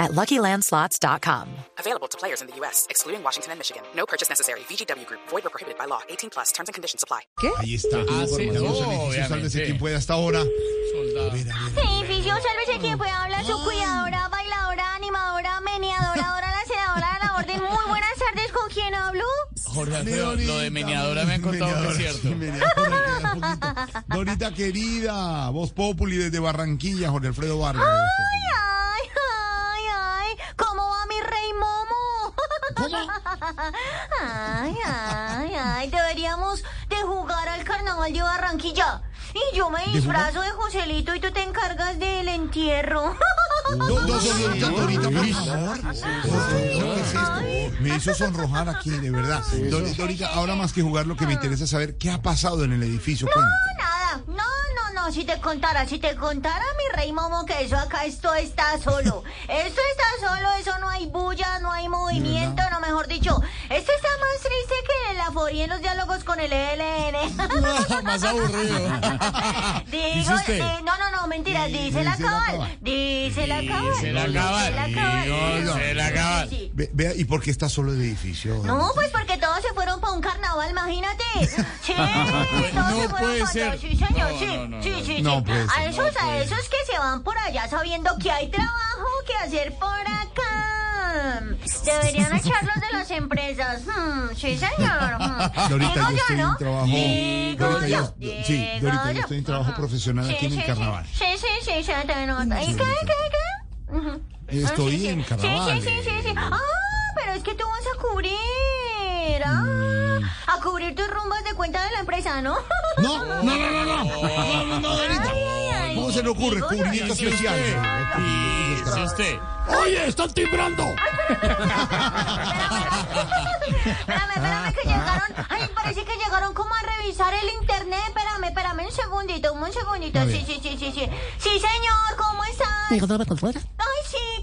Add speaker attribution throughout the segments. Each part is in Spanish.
Speaker 1: at luckylandslots.com.
Speaker 2: Available to players in the U.S., excluding Washington and Michigan. No purchase necessary. VGW Group, void or prohibited by law. 18 plus terms and conditions apply.
Speaker 3: Ahí está.
Speaker 4: Ah, sí, no, obviamente.
Speaker 3: Sálvese quien puede hasta ahora.
Speaker 4: Soldado.
Speaker 5: Edificio, sálvese quien pueda hablar, su cuidadora, bailadora, animadora, meneadora, hora, la senadora de la orden. Muy buenas tardes, ¿con quién hablo?
Speaker 4: Jorge Alfredo, lo de meneadora me han contado que es
Speaker 3: Meneadora,
Speaker 4: cierto.
Speaker 3: sí, meneadora, queda poquito. Dorita querida, voz populi desde Barranquilla, Jorge Alfredo Vargas.
Speaker 5: Ay, ay, ay, ay, ¿cómo va mi rey Momo? Ay, ay, ay, deberíamos de jugar al carnaval de Barranquilla. Y yo me
Speaker 3: jugar?
Speaker 5: disfrazo de Joselito y tú te encargas del entierro.
Speaker 3: No, no, Dorita, Dorita, por favor. Por favor, ¿qué es esto? Me hizo sonrojar aquí, de verdad. Dor- Dorita, ahora más que jugar, lo que me interesa es saber qué ha pasado en el edificio. cuéntame.
Speaker 5: nada. No, no, no. Si te contara, si te contara, mi rey Momo, que eso acá, esto está solo. Esto está solo, eso no hay bulla, no hay movimiento, no, mejor dicho. Esto está más triste que la aforía en los diálogos con el E ELN.
Speaker 4: No, más aburrido.
Speaker 5: Digo,
Speaker 4: ¿Dice usted?
Speaker 5: di- no, no, no, mentira, dice la
Speaker 3: dice la
Speaker 5: cabal.
Speaker 3: cabal.
Speaker 5: Dice la cabal.
Speaker 4: Se la acaban.
Speaker 5: Dice la cabal.
Speaker 4: Dios, se la acaban.
Speaker 5: Sí.
Speaker 3: Ve- Vea, ¿y por qué está solo el edificio?
Speaker 5: No, pues porque todos se fueron para un carnaval, imagínate. Sí, todos se fueron
Speaker 4: puede
Speaker 5: pa'
Speaker 4: ser.
Speaker 5: allá, Sí, señor,
Speaker 4: No,
Speaker 5: sí.
Speaker 4: no, no,
Speaker 5: sí,
Speaker 4: no,
Speaker 5: sí, sí.
Speaker 3: No puede
Speaker 5: a
Speaker 3: ser,
Speaker 5: esos, a esos que se van por allá sabiendo que hay trabajo que hacer por acá. Deberían echarlos de las empresas. Hmm, sí, señor. Hmm.
Speaker 3: Dorita, yo
Speaker 5: Digo
Speaker 3: estoy en trabajo.
Speaker 5: Digo
Speaker 3: Dorita,
Speaker 5: yo.
Speaker 3: yo- sí,
Speaker 5: digo
Speaker 3: Dorita, yo estoy en trabajo
Speaker 5: Ajá.
Speaker 3: profesional aquí en el carnaval.
Speaker 5: Sí, sí, sí, sí, se te nota. ¿Y
Speaker 3: Sí,
Speaker 5: qué,
Speaker 3: sí.
Speaker 5: qué, qué? Ujú.
Speaker 3: Estoy
Speaker 5: Ah, sí, sí.
Speaker 3: en carnaval.
Speaker 5: Sí, sí, sí, sí, sí.
Speaker 3: eh.
Speaker 5: Ah, pero es que tú vas a cubrir. Ah, a cubrir tus rumbas de cuenta de la empresa, ¿no?
Speaker 3: Mm. No, no, no, no, no. No, no, Dorita. ¿Cómo se le ocurre? Cubrimiento
Speaker 4: Dice
Speaker 3: especial.
Speaker 4: usted.
Speaker 3: Cubrimiento
Speaker 4: Dice
Speaker 3: especial.
Speaker 4: usted.
Speaker 3: ¡Oye, están timbrando!
Speaker 5: Espérame, espérame que llegaron. Ay, parece que llegaron como a revisar el internet. Espérame, espérame un segundito, un segundito.
Speaker 3: A ver.
Speaker 5: Sí, sí, sí, sí, sí. Sí, señor, ¿cómo estás? Ay, sí,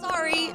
Speaker 6: Sorry,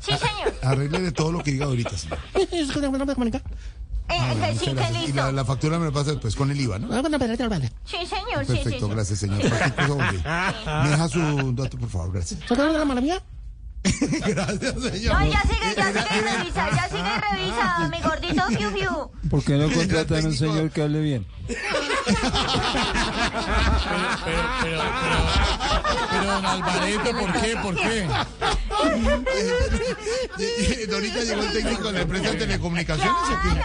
Speaker 5: Sí, señor.
Speaker 3: Arregle de todo lo que diga Dorita, señor.
Speaker 5: Eh, que sí, que
Speaker 3: Ah, Gracias. Y la,
Speaker 5: listo.
Speaker 3: la factura me la pasa después con el IVA, ¿no?
Speaker 5: Sí, señor, sí, sí,
Speaker 3: Perfecto,
Speaker 5: sí.
Speaker 3: gracias, señor. Cualquier cosa, hombre. Me deja su dato, por favor, gracias. Gracias, señor.
Speaker 5: No, ya sigue, ya sigue y revisa, ya sigue y revisa, mi gordito fiu fiu.
Speaker 7: ¿Por qué no
Speaker 3: contratan
Speaker 7: contratan
Speaker 3: un
Speaker 7: un
Speaker 3: señor
Speaker 7: señor que hable bien?
Speaker 4: Pero, pero, pero, pero, pero, don Alvareto, ¿por qué? ¿Por qué?
Speaker 3: Dorita llegó el técnico de la empresa de
Speaker 5: No,
Speaker 3: telecomunicaciones. ¿o
Speaker 5: no,
Speaker 3: qué?
Speaker 5: no,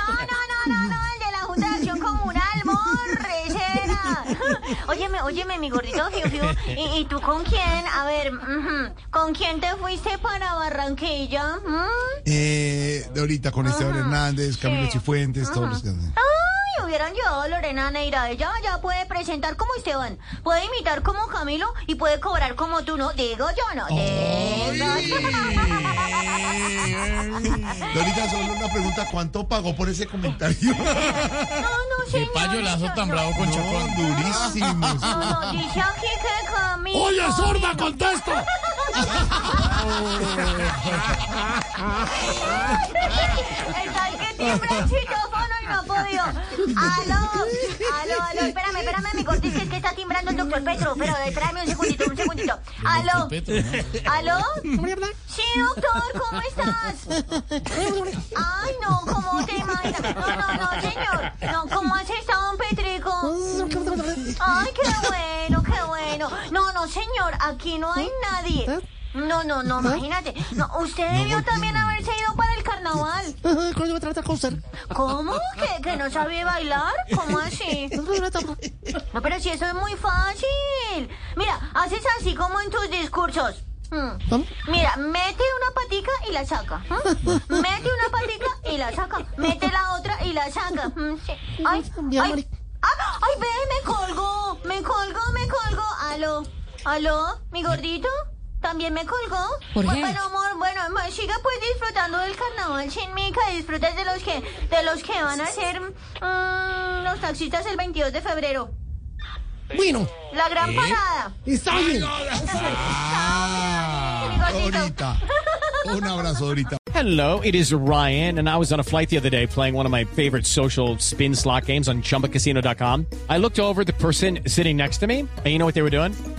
Speaker 5: no, no, el de la Junta de Acción Comunal, morrecera. Óyeme, óyeme, mi gordito fiu fiu. ¿Y, y tú con quién? A ver, ujú, ¿con quién te fuiste para Barranquilla? ¿Mm?
Speaker 3: Eh, Dorita, con Esteban Hernández, Camilo
Speaker 5: Sí.
Speaker 3: Cifuentes, todos los que.
Speaker 5: Ay, hubieran llevado a Lorena Neira. Ella ya puede presentar como Esteban, puede imitar como Camilo y puede cobrar como tú, ¿no? Digo yo, ¿no? Digo yo.
Speaker 3: Dorita, solo una pregunta: ¿cuánto pagó por ese comentario?
Speaker 5: No, no,
Speaker 4: Qué
Speaker 5: señor,
Speaker 4: payolazo
Speaker 5: no,
Speaker 4: tan
Speaker 5: no.
Speaker 4: bravo con Chocón.
Speaker 3: Son durísimos.
Speaker 5: No, no, dice aquí que Camilo.
Speaker 4: sorda, contesta!
Speaker 5: El tal que tiembla el chitófono, el no he podido. Aló, aló, aló. Espérame, espérame, mi cortis, que es que está timbrando el doctor Petro. Pero eh, espérame un segundito, un segundito. Aló, aló. Sí, doctor, ¿cómo estás? Ay, no, ¿cómo te imaginas? No, no, no, señor. No, ¿cómo has estado, Petrico? Ay, qué bueno, qué bueno. No, no, señor, aquí no hay nadie. No, no, no, imagínate. No, usted debió también haberse ido para el carnaval. ¿Cómo? ¿Que, que no sabe bailar? ¿Cómo así? No, pero si eso es muy fácil. Mira, haces así como en tus discursos. Mm. Mira, mete una patica y la saca. ¿ah? Mete una patica y la saca. Mete la otra y la saca. Mm, sí. Ay, ay, ah, ay, ve, me colgó. Me colgó, me colgó. Aló, aló, mi gordito. También me colgó.
Speaker 7: ¿Por
Speaker 5: Pues,
Speaker 7: qué?
Speaker 5: Pero amor, bueno, ma- siga pues disfrutando del carnaval sin mica, disfrutes de los que, de los que van a ser mm, los taxistas el 22 de febrero.
Speaker 7: Bueno,
Speaker 5: La gran parada.
Speaker 7: está bien.
Speaker 5: Mi gordito.
Speaker 3: Dorita. Ah, Un abrazo, Dorita.
Speaker 8: Hello, it is Ryan, and I was on a flight the other day playing one of my favorite social spin slot games on chumbacasino.com. I looked over at the person sitting next to me, and you know what they were doing?